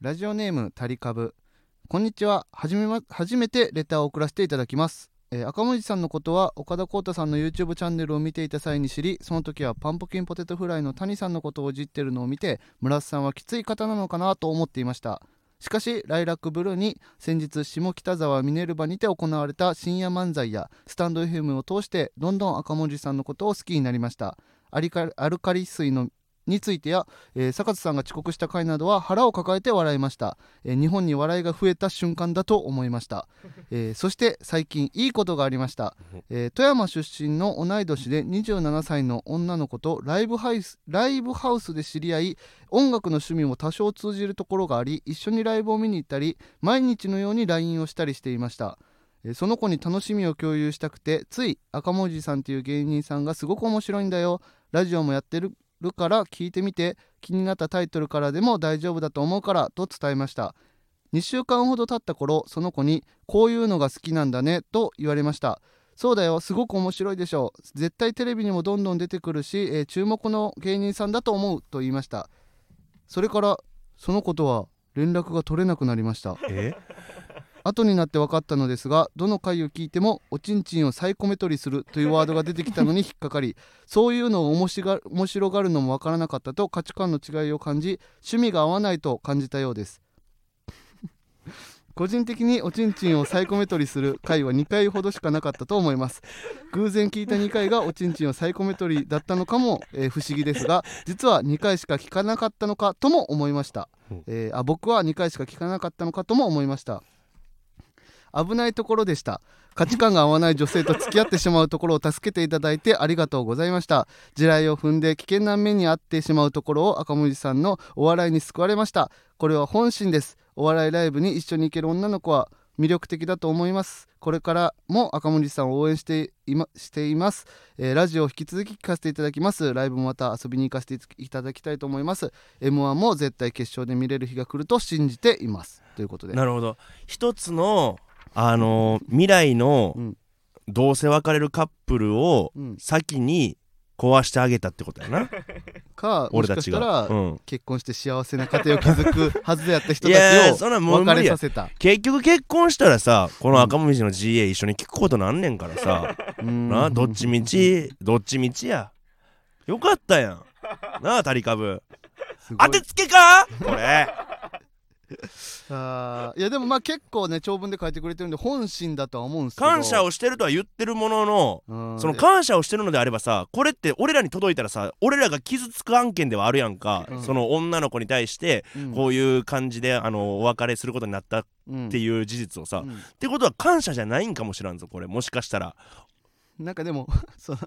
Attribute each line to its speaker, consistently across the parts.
Speaker 1: ラジオネームタリカブこんにちははじめ、ま、初めてレターを送らせていただきます、えー赤文字さんのことは岡田浩太さんの YouTube チャンネルを見ていた際に知りその時はパンプキンポテトフライの谷さんのことをいじってるのを見て村瀬さんはきつい方なのかなと思っていましたしかしライラックブルーに先日下北沢ミネルバにて行われた深夜漫才やスタンド FM を通してどんどん赤文字さんのことを好きになりましたアリカアルカリ水のについてや、えー坂津さんが遅刻した回などは腹を抱えて笑いました、えー日本に笑いが増えた瞬間だと思いました、えーそして最近いいことがありました、えー富山出身の同い年で27歳の女の子とライブハウスライブハウスで知り合い音楽の趣味も多少通じるところがあり一緒にライブを見に行ったり毎日のように LINE をしたりしていましたえーその子に楽しみを共有したくてつい赤文字さんという芸人さんがすごく面白いんだよラジオもやってるるから聞いてみて気になったタイトルからでも大丈夫だと思うからと伝えました2週間ほど経った頃その子に「こういうのが好きなんだね」と言われましたそうだよすごく面白いでしょう絶対テレビにもどんどん出てくるし、えー注目の芸人さんだと思うと言いましたそれからその子とは連絡が取れなくなりました
Speaker 2: え
Speaker 1: 後になって分かったのですがどの回を聞いても「おちんちんをサイコメトリする」というワードが出てきたのに引っかかりそういうのを面白が面白がるのも分からなかったと価値観の違いを感じ趣味が合わないと感じたようです 個人的におちんちんをサイコメトリする回は2回ほどしかなかったと思います偶然聞いた2回がおちんちんをサイコメトリだったのかも、えー不思議ですが実は2回しか聞かなかったのかとも思いました、えーあ僕は2回しか聞かなかったのかとも思いました危ないところでした価値観が合わない女性と付き合ってしまうところを助けていただいてありがとうございました地雷を踏んで危険な目に遭ってしまうところを赤文字さんのお笑いに救われましたこれは本心ですお笑いライブに一緒に行ける女の子は魅力的だと思いますこれからも赤森さんを応援していましています、えーラジオを引き続き聞かせていただきますライブもまた遊びに行かせていただきたいと思います M1 も絶対決勝で見れる日が来ると信じていますということで
Speaker 2: なるほど一つのあのー未来の
Speaker 1: うん
Speaker 2: どうせ別れるカップルを
Speaker 1: うん
Speaker 2: 先に壊してあげたってこ とやな
Speaker 1: かも
Speaker 2: 俺
Speaker 1: したかし
Speaker 2: ち
Speaker 1: た
Speaker 2: が
Speaker 1: ら、
Speaker 2: うん
Speaker 1: 結婚して幸せな家庭を築くはずであった人
Speaker 2: いや
Speaker 1: た
Speaker 2: ー
Speaker 1: ち
Speaker 2: そんなんも
Speaker 1: を
Speaker 2: う無
Speaker 1: 別
Speaker 2: 理
Speaker 1: れ
Speaker 2: や
Speaker 1: させた
Speaker 2: 結局結婚したらさこの赤もみじの GA 一緒に聞くことなんねんからさな
Speaker 1: な
Speaker 2: あどっちみちどっちみちやよかったやんなあタリカブ当てつけかこれ
Speaker 1: あーいやでもまあ結構ね長文で書いてくれてるんで本心だとは思うんですけど
Speaker 2: 感謝をしてるとは言ってるものの
Speaker 1: うん
Speaker 2: その感謝をしてるのであればさこれって俺らに届いたらさ俺らが傷つく案件ではあるやんか、
Speaker 1: うん
Speaker 2: その女の子に対して
Speaker 1: うん
Speaker 2: こういう感じであのお別れすることになったっ
Speaker 1: うん
Speaker 2: ていう事実をさ、
Speaker 1: う
Speaker 2: っ
Speaker 1: ん
Speaker 2: てことは感謝じゃないんかもしらんぞこれもしかしたら
Speaker 1: なんかでも その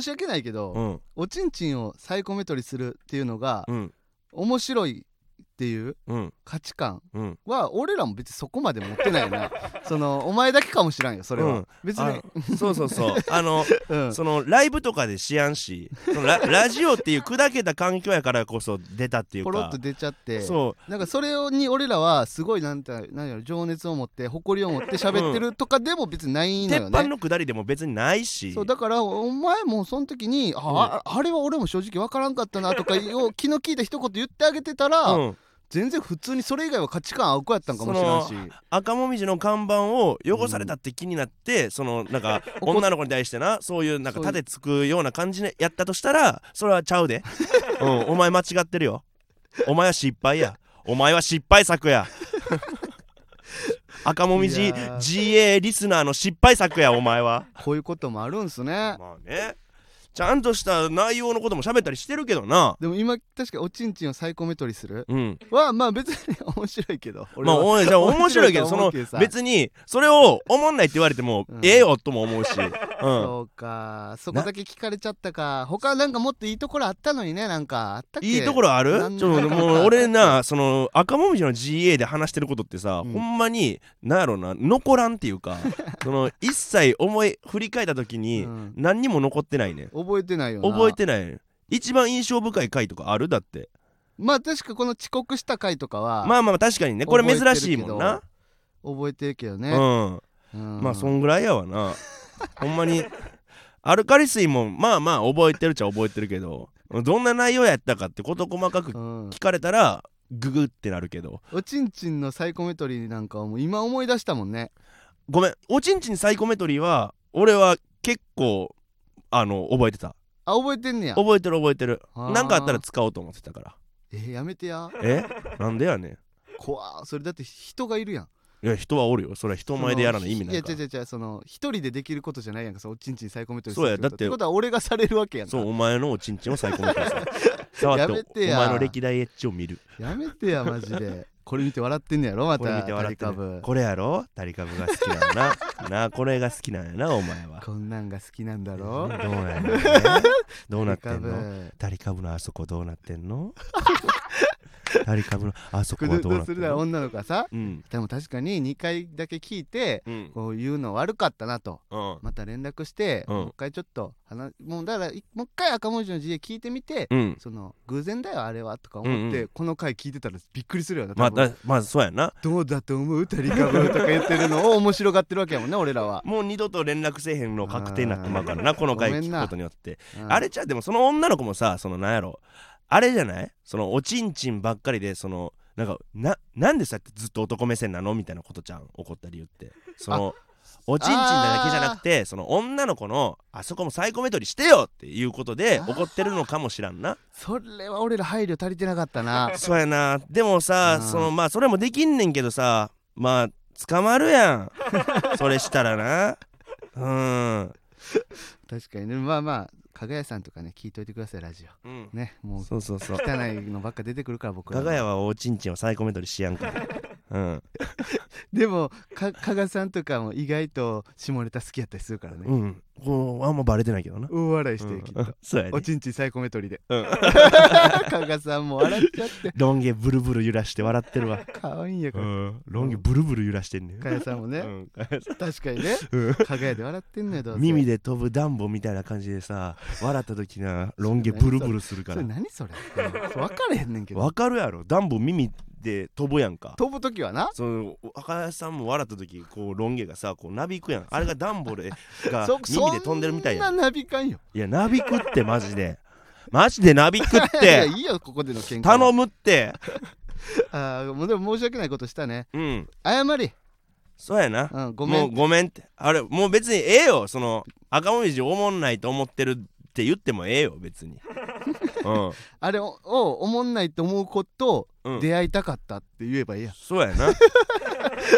Speaker 1: 申し訳ないけど、
Speaker 2: うん
Speaker 1: おちんちんをサイコメトリするっていうのが、
Speaker 2: うん
Speaker 1: 面白いっていう
Speaker 2: うん
Speaker 1: 価値観
Speaker 2: うん
Speaker 1: は俺らも別にそこまで持ってないよなそのお前だけかもしらんよそれは、
Speaker 2: うん
Speaker 1: 別に
Speaker 2: あ、 そうそうそうあの
Speaker 1: うん、
Speaker 2: そのライブとかでしやんしそ のララジオっていう砕けた環境やからこそ出たっていう
Speaker 1: ポロ
Speaker 2: か
Speaker 1: ッと出ちゃって
Speaker 2: そ
Speaker 1: なんかそれをに俺らはすごいなんてなんやろ情熱を持って誇りを持って喋ってるとかでも別にないうの
Speaker 2: 鉄
Speaker 1: よ
Speaker 2: 板
Speaker 1: ね。
Speaker 2: の下りでも別にないし
Speaker 1: そうだからお前もその時にあ,あ、あれは俺も正直わからんかったなとかを気の利いた一言言ってあげてたら、
Speaker 2: うん
Speaker 1: 全然普通にそれ以外は価値観合う子やったんかもしれんし
Speaker 2: 赤もみじの看板を汚されたって気になって、そのなんか
Speaker 1: 怒っ
Speaker 2: 女の子に対して なそういうなんか
Speaker 1: そういう
Speaker 2: 盾つくような感じでやったとしたらそれはちゃ うで、うん、お前間違ってるよお前は失敗やお前は失敗 作や赤もみ
Speaker 1: い
Speaker 2: じ
Speaker 1: やー
Speaker 2: GA リスナーの失敗作やお前は
Speaker 1: こういうこともあるんすね。
Speaker 2: まあねちゃんとした内容のことも喋ったりしてるけどな
Speaker 1: でも今確かおちんちんをサイコメトリする
Speaker 2: うん
Speaker 1: はまあ別に面白いけど俺
Speaker 2: まあ
Speaker 1: は
Speaker 2: おいじゃあ面
Speaker 1: 面
Speaker 2: 白
Speaker 1: 白
Speaker 2: い
Speaker 1: い
Speaker 2: け
Speaker 1: と
Speaker 2: どそ
Speaker 1: 思
Speaker 2: の
Speaker 1: うけどさ
Speaker 2: 別にそれをおもんないって言われても、
Speaker 1: うん
Speaker 2: ええよとも思うし、うん、
Speaker 1: そうかそこだけ聞かれちゃったか他なんかもっといいところあったのにねなんかあったっけ
Speaker 2: いいところある
Speaker 1: なん
Speaker 2: ちょ
Speaker 1: なんか
Speaker 2: もう俺なその赤もみじの GA で話してることってさ、
Speaker 1: うん
Speaker 2: ほんまになんやろな残らんってい うかその一切思い振り返った時に
Speaker 1: うん
Speaker 2: 何にも残ってないね、、
Speaker 1: 覚えてないよなん
Speaker 2: 覚えてない一番印象深い回とかあるだって
Speaker 1: まあ確かこの遅刻した回とかは、
Speaker 2: まあまあ確かにねこれ
Speaker 1: 覚えて
Speaker 2: 珍
Speaker 1: る
Speaker 2: しいもんな、
Speaker 1: 覚えてるけど
Speaker 2: う
Speaker 1: ね、
Speaker 2: ん、
Speaker 1: うん
Speaker 2: まあそんぐらいやわなほんまにアルカリ水もまあまあ覚えてるっちゃ覚えてるけどどんな内容やったかってこと細かく
Speaker 1: うん
Speaker 2: 聞かれたらググってなるけど
Speaker 1: おちんちんのサイコメトリーなんかはもう今思い出したもんね
Speaker 2: ごめんおちんちんサイコメトリーは俺は結構あの覚えてた
Speaker 1: あ覚えてんねや
Speaker 2: 覚えてる覚えてる
Speaker 1: あー
Speaker 2: 何かあったら使おうと思ってたから
Speaker 1: えーやめてや
Speaker 2: えなんでやね
Speaker 1: 怖ーそれだって人がいるやん
Speaker 2: んいや人はおるよそれは人前でやらない意味ないい
Speaker 1: や
Speaker 2: か
Speaker 1: 違う
Speaker 2: ら
Speaker 1: 違う違うその一人でできることじゃないやんかそのおちんちんサイコメトリー
Speaker 2: そうや
Speaker 1: すること
Speaker 2: だって
Speaker 1: ってことは俺がされるわけやんか
Speaker 2: そうお前のおちんちんをサイコメトリ ーする触
Speaker 1: や
Speaker 2: って
Speaker 1: め
Speaker 2: お
Speaker 1: てや
Speaker 2: 前の歴代エッジを見る
Speaker 1: やめてやマジでこれ見て笑ってんねやろま
Speaker 2: これ
Speaker 1: た
Speaker 2: 見て笑って
Speaker 1: タリカ
Speaker 2: る
Speaker 1: ブ
Speaker 2: これやろタリカブが好きやな なあこれが好きなんやなお前は
Speaker 1: こんなんが好きなんだろ
Speaker 2: どうやねんねどうなって
Speaker 1: タ
Speaker 2: ん
Speaker 1: リカ
Speaker 2: の
Speaker 1: ブ
Speaker 2: タリカブのあそこどうなってんのタリカブのあそ
Speaker 1: こ
Speaker 2: こ
Speaker 1: れ
Speaker 2: は
Speaker 1: ど
Speaker 2: ど
Speaker 1: ど
Speaker 2: う
Speaker 1: う
Speaker 2: なっ
Speaker 1: す
Speaker 2: てん
Speaker 1: るだろう
Speaker 2: の
Speaker 1: 女の子はさ
Speaker 2: うん
Speaker 1: でも確かに2回だけ聞いて
Speaker 2: うんうん
Speaker 1: こういうの悪かったなとまた連絡して、
Speaker 2: うん
Speaker 1: もう一回ちょっと話もうだからいもう一回赤文字の字で聞いてみて、
Speaker 2: うん
Speaker 1: その偶然だよあれはとか思って、
Speaker 2: うんう
Speaker 1: この回聞いてたらびっくりするよな、
Speaker 2: まあ
Speaker 1: 多分
Speaker 2: だまあそうやな
Speaker 1: どうだと思うタリカブとか言ってるのを面白がってるわけや もんね俺らは
Speaker 2: もう二度と連絡せえへんの確定になってまうからなこの回
Speaker 1: ごめん
Speaker 2: 聞
Speaker 1: な
Speaker 2: くことによって
Speaker 1: うん
Speaker 2: あれじゃうでもその女の子もさそのなんやろあれじゃないそのおちんちんばっかりでそのなんかななんでさってずっと男目線なのみたいなことじゃん怒った理由ってそのおちんちんだけじゃなくてその女の子のあそこもサイコメトリしてよっていうことで
Speaker 1: あー
Speaker 2: 怒ってるのかもしらんな
Speaker 1: それは俺ら配慮足りてなかった な
Speaker 2: そうやなでもさ
Speaker 1: うん
Speaker 2: そのまあそれもできんねんけどさまあ捕まるや んそれしたらなうん
Speaker 1: 確かにねまあまあ加賀屋さんとかね聞いといてくださいラジ
Speaker 2: うん
Speaker 1: オねもう
Speaker 2: そうそうそう
Speaker 1: 汚いのばっか出てくるから僕ら
Speaker 2: 加
Speaker 1: は
Speaker 2: 賀谷はおちんちんをサイコメトリしやんからうん
Speaker 1: でもか加賀さんとかも意外と下ネタ好きやったりするからね、
Speaker 2: うんこうあんまバレてないけどな
Speaker 1: 大笑いしてるきっと、
Speaker 2: うんそうや
Speaker 1: お
Speaker 2: ね
Speaker 1: ちんちんサイコメトリで、
Speaker 2: うん
Speaker 1: 加賀さんも笑っちゃって
Speaker 2: ロン毛ブルブル揺らして笑ってるわ
Speaker 1: 可愛いんやか
Speaker 2: う
Speaker 1: ら、
Speaker 2: んロン毛ブルブル揺らしてんねん
Speaker 1: 加賀さんもね、
Speaker 2: うん
Speaker 1: 確かにね
Speaker 2: うん
Speaker 1: 加賀屋で笑ってんのよどうせ
Speaker 2: 耳で飛ぶダンボみたいな感じでさ笑った時なロン毛ブルブルするか
Speaker 1: それ
Speaker 2: ら
Speaker 1: 何それ、うん分かれへんねんけど
Speaker 2: わかるやろダンボ耳で飛ぶやんか
Speaker 1: 飛ぶ時はな
Speaker 2: その赤谷さんも笑った時こうロン毛がさこうな びくやんあれがダンボでが
Speaker 1: そ
Speaker 2: 耳で飛んでるみたいやん
Speaker 1: そんななびかんよ
Speaker 2: いや、なびくってマジで。マジでなびくっ
Speaker 1: いやい
Speaker 2: て
Speaker 1: や。いいよここでの喧嘩は
Speaker 2: 頼むって。
Speaker 1: あーもうでも申し訳ないことしたね
Speaker 2: うん。
Speaker 1: 謝り、
Speaker 2: そうやな。
Speaker 1: うん、ごめ
Speaker 2: もうんごめんって。あれ、もう別にええよ。その、赤もみじおもんないと思ってるって言ってもええよ、別に。う
Speaker 1: あれをを思んないと思うことを
Speaker 2: ん。うん、
Speaker 1: 出会いたかったって言えばいいやん
Speaker 2: そうやな。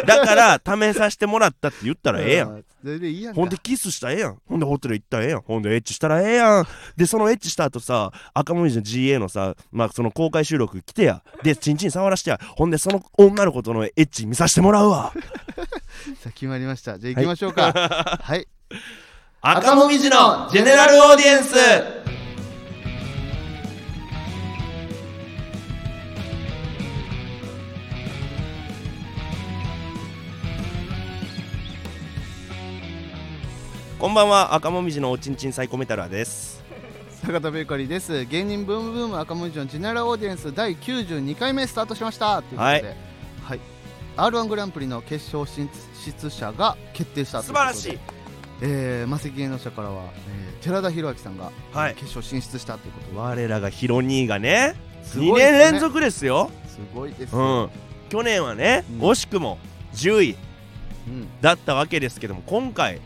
Speaker 2: だから、試させてもらったって言ったらええやん。
Speaker 1: んそれでいいやんか
Speaker 2: ほんでキスしたらええやんほんでホテル行ったらええやんほんでエッチしたらええやんでそのエッチした後さ赤もみじの GA のさまあその公開収録来てやでチンチン触らしてやほんでその女の子とのエッチ見させてもらうわ
Speaker 1: さあ決まりましたじゃあ行きましょうかはい、
Speaker 2: 赤もみじのジェネラルオーディエンスこんばんは赤もみじのおちんちんサイコメタラーです
Speaker 1: 坂田ベーカリーです芸人ブームブーム赤文字のジェネラルオーディエンス第92回目スタートしましたということで、はいはい、r 1グランプリの決勝進出者が決定したと
Speaker 2: 素
Speaker 1: いう
Speaker 2: 晴
Speaker 1: こと
Speaker 2: ら
Speaker 1: で
Speaker 2: しい
Speaker 1: えー、マセキ芸能者からは、えー寺田裕明さんが、
Speaker 2: はい
Speaker 1: 決勝進出したということは
Speaker 2: 我らがヒロ兄がね
Speaker 1: す
Speaker 2: 2
Speaker 1: ごいですね
Speaker 2: 年連続ですよ
Speaker 1: すごいです
Speaker 2: う
Speaker 1: よ、
Speaker 2: ん去年はね、
Speaker 1: うん
Speaker 2: 惜しくも10位
Speaker 1: うん
Speaker 2: だったわけですけども今回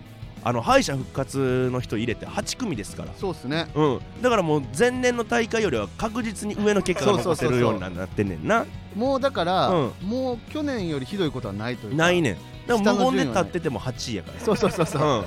Speaker 2: あの敗者復活の人入れて8組ですから
Speaker 1: そうですね
Speaker 2: うん、だからもう前年の大会よりは確実に上の結果が
Speaker 1: そう
Speaker 2: 残
Speaker 1: そ
Speaker 2: せ
Speaker 1: うそうそう
Speaker 2: るようになってんねんな
Speaker 1: もうだから、
Speaker 2: うん
Speaker 1: もう去年よりひどいことはないというか
Speaker 2: ないねんだから無言で
Speaker 1: 下の順位はね
Speaker 2: 立ってても8位やから
Speaker 1: そうそうそうそう、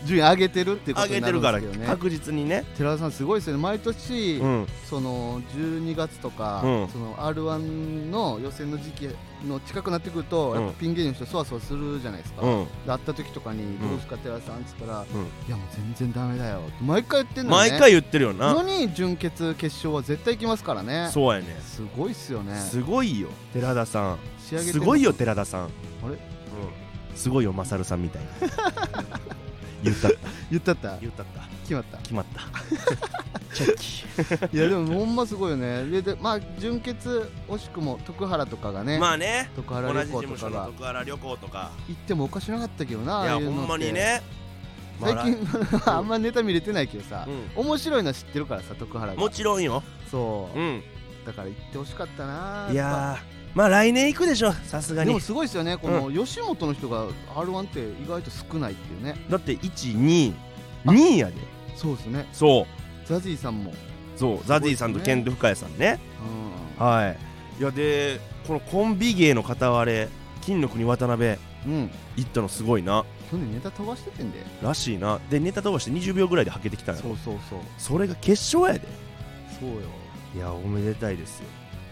Speaker 2: うん、
Speaker 1: 順位上げてるっていうこと
Speaker 2: 上げ
Speaker 1: にな
Speaker 2: て
Speaker 1: る
Speaker 2: る
Speaker 1: ん
Speaker 2: か
Speaker 1: です
Speaker 2: ら
Speaker 1: けどね
Speaker 2: 確実にね
Speaker 1: 寺田さんすごいですよね毎年、
Speaker 2: うん
Speaker 1: その12月とか、
Speaker 2: うん
Speaker 1: その r 1の予選の時期の近くなってくると、
Speaker 2: うん
Speaker 1: やっぱピン芸人の人そわそわするじゃないですか、
Speaker 2: う
Speaker 1: で
Speaker 2: ん
Speaker 1: 会った時とかに「どうですか寺田さん」っつったら、
Speaker 2: うん
Speaker 1: いやもう全然ダメだよ」って毎回言ってんのよね
Speaker 2: 毎回言ってるよな
Speaker 1: のに準決決勝は絶対行きますからね
Speaker 2: そうやね
Speaker 1: すごいっすよね
Speaker 2: すごいよ寺田さん
Speaker 1: 仕上げて
Speaker 2: す
Speaker 1: る
Speaker 2: ごいよ寺田さんあ
Speaker 1: れ
Speaker 2: うん、すごいよマサルさん みたいな言ったった
Speaker 1: 言ったった
Speaker 2: 言ったった
Speaker 1: 決まった
Speaker 2: 決まった チェッキ
Speaker 1: いやでもほんますごいよねででまあ準決惜しくも徳原とかがね、
Speaker 2: まあね
Speaker 1: 徳
Speaker 2: 同
Speaker 1: 原
Speaker 2: じ
Speaker 1: 旅
Speaker 2: 事
Speaker 1: 行と
Speaker 2: 務
Speaker 1: か
Speaker 2: 所の
Speaker 1: が
Speaker 2: 徳原旅行とか
Speaker 1: 行ってもおかしなかったけど
Speaker 2: い
Speaker 1: なあ
Speaker 2: や
Speaker 1: あいうのって
Speaker 2: ほんまにね
Speaker 1: 最近、
Speaker 2: まあ
Speaker 1: あんまネタ見れてないけどさ、
Speaker 2: うん
Speaker 1: 面白いのは知ってるからさ徳原が
Speaker 2: もちろんよ
Speaker 1: そう、
Speaker 2: うん
Speaker 1: ったから行ってほしかったないい
Speaker 2: やーまあ来年行くでしょさすが
Speaker 1: で
Speaker 2: に
Speaker 1: もすごいですよねこの吉本の人が r 1って意外と少ないっていうね
Speaker 2: だって122
Speaker 1: あ
Speaker 2: 位やで
Speaker 1: そうですね
Speaker 2: そ
Speaker 1: ザジーさんも、
Speaker 2: うそうザディさんとケント・フカヤさんね
Speaker 1: う
Speaker 2: はいいやでこのコンビ芸の片割れ金の国渡辺
Speaker 1: ん、うん、
Speaker 2: 行ったのすごいな
Speaker 1: 去年ネタ飛ばしててんで
Speaker 2: らしいなでネタ飛ばして20秒ぐらいではけてきたのよ
Speaker 1: そうそうそう
Speaker 2: それが決勝やで
Speaker 1: そうよ
Speaker 2: いやおめでたいですよ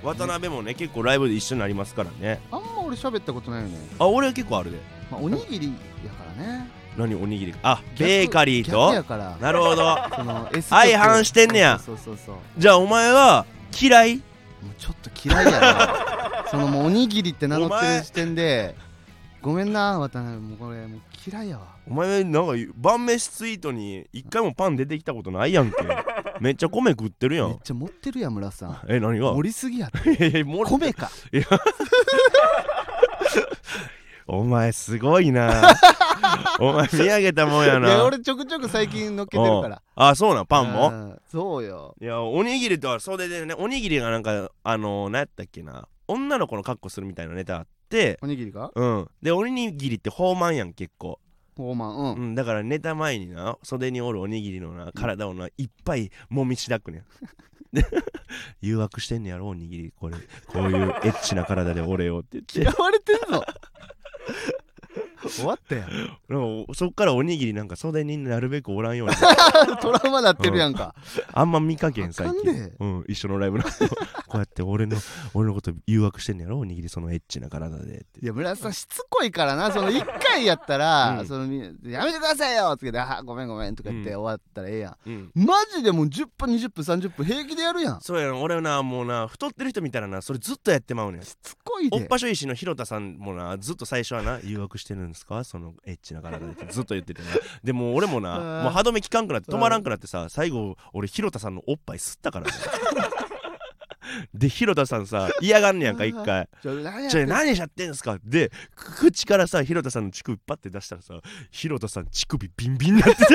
Speaker 2: 渡辺もね結構ライブで一緒になりますからね
Speaker 1: あんま俺喋ったことないよね、
Speaker 2: あ俺は結構あるで
Speaker 1: まあ、おにぎりやからね
Speaker 2: 何おにぎりあ
Speaker 1: 逆
Speaker 2: ベーカリー
Speaker 1: 逆や
Speaker 2: と
Speaker 1: から
Speaker 2: なるほど
Speaker 1: その S
Speaker 2: 相反してんねや
Speaker 1: そうそうそうそうも
Speaker 2: じゃあお前は嫌いう
Speaker 1: ちょっと嫌いやろ そのもうおにぎりって名乗
Speaker 2: お
Speaker 1: って
Speaker 2: 前
Speaker 1: る時点でごめんな渡辺もうこれもう嫌いやわ
Speaker 2: お前なんか晩飯ツイートに一回もパン出てきたことないや んけめっちゃ米食ってるや
Speaker 1: めっ
Speaker 2: ん
Speaker 1: ちゃ持ってるやん村さ ん
Speaker 2: え何が
Speaker 1: 盛りすぎやって
Speaker 2: いやいやもう
Speaker 1: 米か
Speaker 2: お前すごいな お前見上げたもんや
Speaker 1: い
Speaker 2: な
Speaker 1: や俺ちょくちょく最近乗っけてるから
Speaker 2: ああそうなんパンも
Speaker 1: もそうよ
Speaker 2: いやおにぎりとはそれでねおにぎりがなんかあのー、何やったっけな女の子の格好するみたいなネタあって
Speaker 1: おにぎりか
Speaker 2: うんでおにぎりって放慢やん結構、
Speaker 1: ホーマンうん
Speaker 2: うん、だからネタ前にな袖におるおにぎりのな体をないっぱいもみしだく ねんで誘惑してんねやろおにぎりこれこう いうエッチな体で俺をって言
Speaker 1: 嫌
Speaker 2: って
Speaker 1: われてんぞ終わったやん
Speaker 2: なんかそっからおにぎりなんか袖になるべくおらんよ うに
Speaker 1: トラウマなってるやんか
Speaker 2: あんま見かけん最
Speaker 1: あかん
Speaker 2: 近
Speaker 1: で、
Speaker 2: うん、一緒のライブの 後こうやって俺の俺のこと誘惑してんねやろおにぎりそのエッチな体でって
Speaker 1: いや村田さんしつこいからなその1回やったら、
Speaker 2: うん
Speaker 1: そのやめてくださいよって言って「あーごめんごめん」とか言って
Speaker 2: う
Speaker 1: 終わったらええやん、
Speaker 2: うん、
Speaker 1: マジでもう10分20分30分平気でやるやんし
Speaker 2: そうやな俺なもうな太ってる人見たらなそれずっとやってまうねん
Speaker 1: つこい
Speaker 2: おっ
Speaker 1: で
Speaker 2: ぱしょ医師の広田さんもなずっと最初はな誘惑してるんですかそのエッチな体でってずっと言っててなでも俺も
Speaker 1: あー
Speaker 2: な もう歯止め効かんくなって止まらんくなってさ最後俺広田さんのおっぱい吸ったからね で広田さんさ嫌がんねやんか一回
Speaker 1: ちょ何やっ
Speaker 2: ち
Speaker 1: て
Speaker 2: ょ
Speaker 1: ん
Speaker 2: 何しちゃってんすかでく口からさ広田さんの乳首パッて出したらさ広田さん乳首ビンビンにな ってた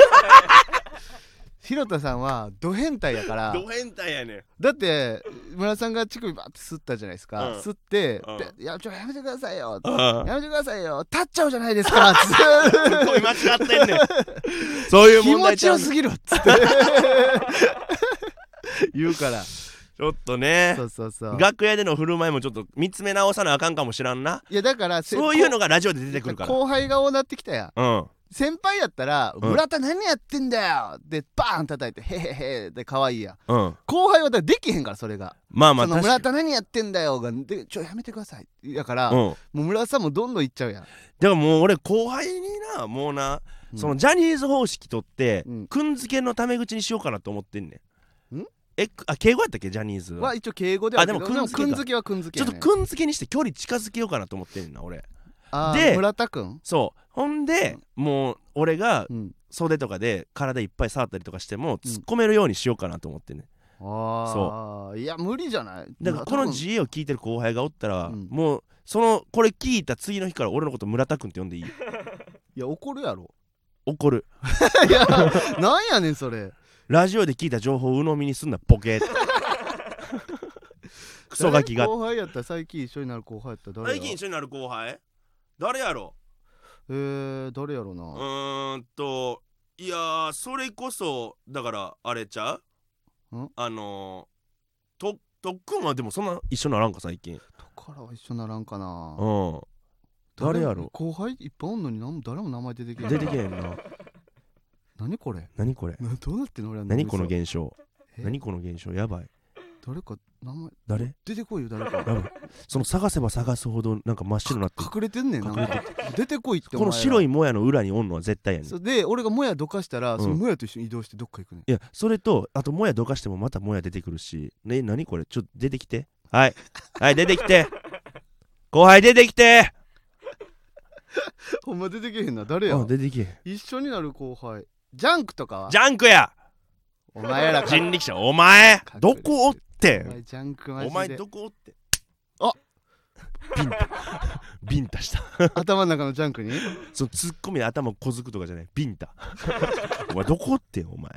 Speaker 1: 広田さんはド変態やから
Speaker 2: ど変態やねん
Speaker 1: だって村田さんが乳首バーって吸ったじゃないですか、
Speaker 2: うん
Speaker 1: 吸って、
Speaker 2: うん
Speaker 1: でいやちょやめてくださいよ」
Speaker 2: あ
Speaker 1: やめてくださいよ立っちゃうじゃないですか」つって
Speaker 2: あすごい間違ってんねんそういう
Speaker 1: 気
Speaker 2: 問
Speaker 1: 持
Speaker 2: 題
Speaker 1: ち
Speaker 2: ちゃ
Speaker 1: よ
Speaker 2: うねん
Speaker 1: すぎるっつ って言うから
Speaker 2: ちょっとね
Speaker 1: そうそうそう
Speaker 2: 楽屋での振る舞いもちょっと見つめ直さなあかんかもしらんない
Speaker 1: やだからせ
Speaker 2: そういうのがラジオで出てくるから
Speaker 1: 後輩がうなってきたやん
Speaker 2: うん
Speaker 1: 先輩やったら「
Speaker 2: うん
Speaker 1: 村田何やってんだよ!」でバーン叩いて「へへへ」で可愛いやん
Speaker 2: うん
Speaker 1: 後輩はだからできへんからそれが
Speaker 2: ま
Speaker 1: 「
Speaker 2: あまあ
Speaker 1: その
Speaker 2: 確か
Speaker 1: 村
Speaker 2: に
Speaker 1: 田何やってんだよ」がで「ちょやめてください」だから、
Speaker 2: うん
Speaker 1: もう村田さんもどんどんいっちゃうやん
Speaker 2: でももう俺後輩になもうな
Speaker 1: うん
Speaker 2: そのジャニーズ方式取って
Speaker 1: うん
Speaker 2: くんづけのタメ口にしようかなと思ってんねん
Speaker 1: ん
Speaker 2: えくあ敬語やったっけジャニーズ
Speaker 1: は一応敬語ではあるけど
Speaker 2: あでもくんづけか
Speaker 1: くんづけはくんづけ
Speaker 2: ちょ
Speaker 1: や
Speaker 2: っ
Speaker 1: ね
Speaker 2: とくんづけにして距離近づけようかなと思ってんねんな俺
Speaker 1: あー
Speaker 2: で
Speaker 1: 村田くん
Speaker 2: そうほんでもう俺が
Speaker 1: うん
Speaker 2: 袖とかで体いっぱい触ったりとかしても
Speaker 1: うん
Speaker 2: 突っ込めるようにしようかなと思ってんねん
Speaker 1: ああいや無理じゃない
Speaker 2: だからこ
Speaker 1: 村
Speaker 2: の
Speaker 1: 田君
Speaker 2: GA を聞いてる後輩がおったら、
Speaker 1: うん
Speaker 2: もうそのこれ聞いた次の日から俺のこと村田君って呼んでいい
Speaker 1: いや怒るやろ
Speaker 2: 怒る
Speaker 1: いやなんやねんそれ
Speaker 2: ラジオで聞いた情報を鵜呑みにすんなボケ クソガキが
Speaker 1: 誰後輩やったら最近一緒になる後輩やったら誰や
Speaker 2: 緒になる後輩誰やろ
Speaker 1: えー、誰やろな、
Speaker 2: ーんといやーそれこそだからあれちゃ
Speaker 1: ん
Speaker 2: あのー、と特訓はでもそんな一緒にならんか最近
Speaker 1: だからは一緒ならんかな
Speaker 2: うん誰やろ
Speaker 1: 後輩いっぱいおんのになんも誰も名前出てけえ
Speaker 2: 出てけへんな
Speaker 1: 何こ れ
Speaker 2: 何これ
Speaker 1: などうなってんの俺らの
Speaker 2: 何この
Speaker 1: 嘘
Speaker 2: 現象
Speaker 1: え
Speaker 2: 何この現象やばい
Speaker 1: 誰か名前
Speaker 2: 誰
Speaker 1: 出てこいよ誰か
Speaker 2: やばいその探せば探すほどなんか真っ白になってる
Speaker 1: 隠れてんねんなん
Speaker 2: 隠
Speaker 1: か出てこいって
Speaker 2: この白
Speaker 1: い
Speaker 2: いもやの裏におんのは絶対やねん
Speaker 1: そうで俺がもやどかしたら、
Speaker 2: うん
Speaker 1: そのもやと一緒に移動してどっか行 くねん
Speaker 2: いやそれとあともやどかしてもまたもや出てくるしね何これちょっと出てきてはいはい出てき て後輩出てきて
Speaker 1: ほんま出てけへんな誰や
Speaker 2: あ出てき
Speaker 1: 一緒になる後輩ジャンクとかは
Speaker 2: ジャンクや
Speaker 1: お前らか
Speaker 2: 人力車お前どこおって
Speaker 1: お前
Speaker 2: ん
Speaker 1: ジャンクマジ
Speaker 2: お
Speaker 1: で
Speaker 2: 前どこおってん
Speaker 1: あ
Speaker 2: ビンタビンタした
Speaker 1: 頭の中のジャンクに
Speaker 2: そのツッコミで頭小づくとかじゃないビンタお前どこおってんお前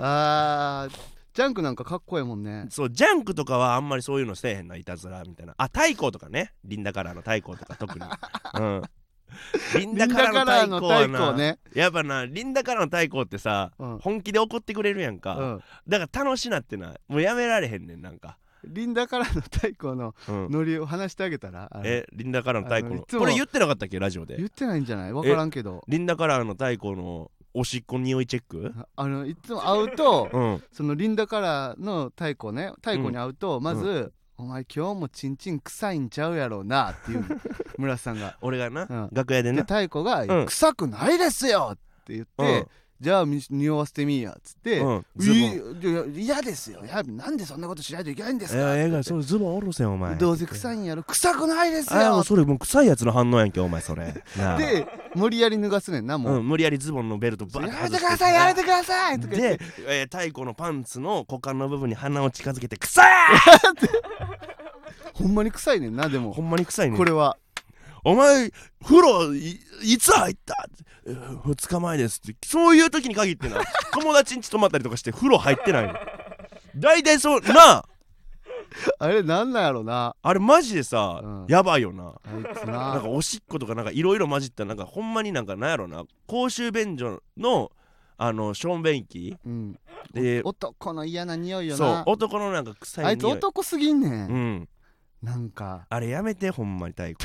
Speaker 1: あージャンクなんかかっこええもんね
Speaker 2: そうジャンクとかはあんまりそういうのせえへんないたずらみたいなあ太鼓とかねリンダカラーの太鼓とか特 にうんリン
Speaker 1: リ
Speaker 2: ダ
Speaker 1: ン
Speaker 2: カ
Speaker 1: ダカラ
Speaker 2: ラ
Speaker 1: ー
Speaker 2: ー
Speaker 1: の
Speaker 2: の太
Speaker 1: 太
Speaker 2: 鼓
Speaker 1: 鼓
Speaker 2: はな、
Speaker 1: ね
Speaker 2: やっぱなリンダカラーの太鼓ってさ
Speaker 1: うん、
Speaker 2: 本気で怒ってくれるやんか、
Speaker 1: うん、
Speaker 2: だから楽しなってないもうやめられへんねんなんか、
Speaker 1: リンダカラーの太鼓の
Speaker 2: うん、
Speaker 1: ノリを話してあげたらあの
Speaker 2: えリンダカラーの太
Speaker 1: あ
Speaker 2: 鼓
Speaker 1: の
Speaker 2: の
Speaker 1: いつも
Speaker 2: これ言ってなかったっけラジオで
Speaker 1: 言ってないんじゃないわからんけど
Speaker 2: リンダカラーの太鼓のおしっこ匂いチェック
Speaker 1: ああのいつも会うと
Speaker 2: うん
Speaker 1: そのリンダカラーの太鼓ね太鼓に会うと、まず、お前今日もチンチン臭いんちゃうやろうな」っていう の村瀬さんが。
Speaker 2: 俺がな、
Speaker 1: うん
Speaker 2: 楽屋で
Speaker 1: で
Speaker 2: な
Speaker 1: 太鼓が「
Speaker 2: うん
Speaker 1: 臭くないですよ!」って言って「
Speaker 2: うん
Speaker 1: じゃあみ匂わせてみいや」っつって「
Speaker 2: うん
Speaker 1: い
Speaker 2: ズボン
Speaker 1: いやいや嫌ですよいやなんでそんなことしないといけないんです
Speaker 2: え
Speaker 1: か!」
Speaker 2: ええが
Speaker 1: って
Speaker 2: それズボンおろせんお前
Speaker 1: どうせ臭いんやろ臭くないです
Speaker 2: ああも
Speaker 1: よ
Speaker 2: うそれもう臭いやつの反応やんけお前それな あ
Speaker 1: で無理やり脱がすねんなも
Speaker 2: う
Speaker 1: う。
Speaker 2: ん、無理やりズボンのベルトバー
Speaker 1: やめてくださいやめてくださいとか言っ
Speaker 2: で
Speaker 1: て、
Speaker 2: えー、太鼓のパンツの股間の部分に鼻を近づけて「臭い!
Speaker 1: ほんまに臭いねんなで」も
Speaker 2: ほんまに臭いね
Speaker 1: これは
Speaker 2: お前風呂いいつ入ったえー二日前ですってそういう時に限ってな 友達ん家泊まったりとかして風呂入ってないの大体そうなあ
Speaker 1: あれなんなんやろな
Speaker 2: あれマジでさ、
Speaker 1: うん
Speaker 2: やばいよな
Speaker 1: あいつ
Speaker 2: なん
Speaker 1: な
Speaker 2: かおしっことかなんかいろいろ混じったなんかほんまになんかなんやろな公衆便所のあの小便器
Speaker 1: うん
Speaker 2: で
Speaker 1: 男の嫌な匂いよ
Speaker 2: そう
Speaker 1: な
Speaker 2: 男のなんか臭い匂い
Speaker 1: あいつ男すぎんね
Speaker 2: うんん
Speaker 1: なんか
Speaker 2: あれやめてほんまに太鼓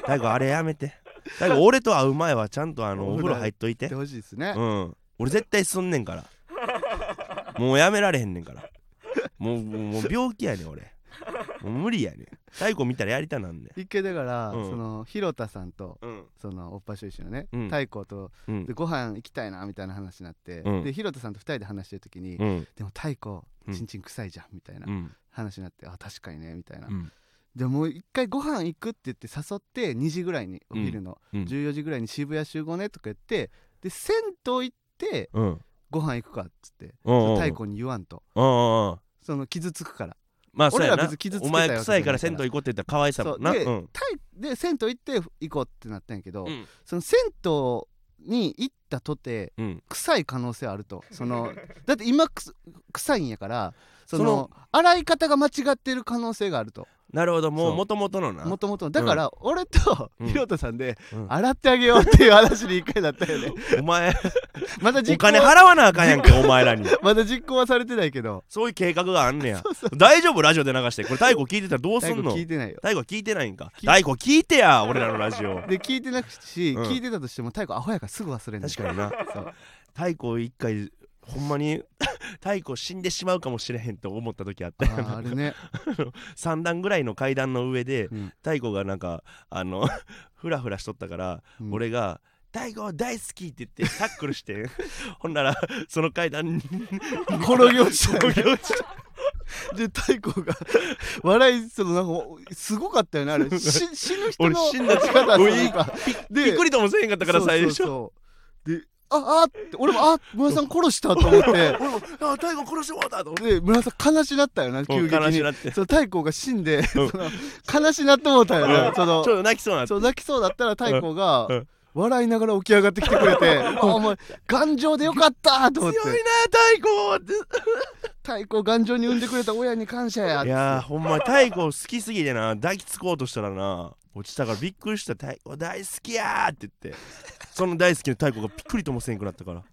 Speaker 2: 太鼓あれやめて太鼓俺と会う前はちゃんとあの
Speaker 1: お
Speaker 2: お
Speaker 1: 風
Speaker 2: 風
Speaker 1: 呂
Speaker 2: 呂入っとい
Speaker 1: や
Speaker 2: て
Speaker 1: ってほしいですね
Speaker 2: うん俺絶対すんねんからもうやめられへんねんからもうもうもう病気やねん俺もう無理やねん太鼓見たらやりたなんね
Speaker 1: 一回だから
Speaker 2: うん
Speaker 1: その広田さんと
Speaker 2: んうん
Speaker 1: そのおっぱしょいしのね
Speaker 2: うん
Speaker 1: 太鼓と
Speaker 2: うん
Speaker 1: でご飯行きたいなみたいな話になって
Speaker 2: うん
Speaker 1: で広田さんと二人で話してる時に
Speaker 2: うん
Speaker 1: でも太鼓
Speaker 2: うん
Speaker 1: ちんちん臭いじゃんみたいな
Speaker 2: うん
Speaker 1: 話になってあ確かにねみたいな
Speaker 2: うん
Speaker 1: でもう一回ご飯行くって言って誘って2時ぐらいにお昼の
Speaker 2: うん
Speaker 1: 14時ぐらいに渋谷集合ねとか言ってで銭湯行って
Speaker 2: うんうん
Speaker 1: ご飯行くかっつって
Speaker 2: うんうん
Speaker 1: 太鼓に言わんと
Speaker 2: うんうん
Speaker 1: その傷つくから
Speaker 2: まあそうや
Speaker 1: 俺ら
Speaker 2: な
Speaker 1: 別に傷つけ
Speaker 2: お
Speaker 1: たいわけ
Speaker 2: 前
Speaker 1: じゃない
Speaker 2: 臭いから銭湯行こうって言ったらかわいさもんな
Speaker 1: そうで
Speaker 2: うん
Speaker 1: タイで銭湯行って行こうってなったんやけど、
Speaker 2: うん
Speaker 1: その銭湯に行ったとて
Speaker 2: うん
Speaker 1: 臭い可能性ある とそのだって今くす臭いんやからその
Speaker 2: その
Speaker 1: 洗い方が間違ってる可能性があると
Speaker 2: なるほども
Speaker 1: そう
Speaker 2: う元々のな
Speaker 1: もともとだから俺と
Speaker 2: うん
Speaker 1: ひろたさんで
Speaker 2: うん
Speaker 1: 洗ってあげようっていう話に一回なったよね
Speaker 2: お前
Speaker 1: まだ実
Speaker 2: お
Speaker 1: 行
Speaker 2: 金払わなあかんやんけお前らに
Speaker 1: まだ実行はされてないけど
Speaker 2: そういう計画があん ねや大丈夫ラジオで流してこれ太鼓聞いてたらどうす
Speaker 1: 最
Speaker 2: ん
Speaker 1: 後
Speaker 2: の
Speaker 1: 聞いてないよ
Speaker 2: 太鼓は聞いてないんか
Speaker 1: 聞い
Speaker 2: 太鼓聞いてや俺らのラジオ
Speaker 1: で聞いてなくし、
Speaker 2: うん
Speaker 1: 聞いてたとしても太鼓アホやからすぐ忘れんねん
Speaker 2: 確かにな
Speaker 1: そう
Speaker 2: 太鼓一回ほんまに 太鼓死んでしまうかもしれへんと思った時あった
Speaker 1: あ
Speaker 2: よ
Speaker 1: ーあれね、
Speaker 2: 3段ぐらいの階段の上で
Speaker 1: うん
Speaker 2: 太鼓がなんかあの フラフラしとったから、
Speaker 1: うん
Speaker 2: 俺が「太鼓大好き!」って言ってタックルしてほんならその階段に
Speaker 1: 転げ落ちたよね
Speaker 2: 転げ落ちた
Speaker 1: で太鼓が笑いそのなんかおすごかったよねあ れし死ぬ人
Speaker 2: 俺
Speaker 1: の
Speaker 2: 死んだ
Speaker 1: 力
Speaker 2: 俺
Speaker 1: なんかで
Speaker 2: びっくりともせえへんかったから最
Speaker 1: そ
Speaker 2: 初
Speaker 1: うそうそうでああって俺もあ村さん殺したと思って
Speaker 2: 俺も「 あ太鼓殺してもらった!」と思って
Speaker 1: で村さん悲しなったよな急激
Speaker 2: 悲し
Speaker 1: に
Speaker 2: なってち
Speaker 1: その太鼓が死んで、その悲しなって思ったよね、
Speaker 2: うん
Speaker 1: そ
Speaker 2: ょ
Speaker 1: の
Speaker 2: っと泣きそうになって
Speaker 1: そう泣きそうだったら太鼓が、
Speaker 2: うんうん
Speaker 1: 笑いながら起き上がってきてくれて「あお前頑丈でよかった!」と思
Speaker 2: 強
Speaker 1: っ
Speaker 2: い
Speaker 1: て
Speaker 2: な太鼓って
Speaker 1: 「太鼓頑丈に産んでくれた親に感謝や」
Speaker 2: いやーほんま太鼓好きすぎてな抱きつこうとしたらな落ちたからびっくりした太鼓大好きやーって言ってその大好きな太鼓がびっくりともせんくなったから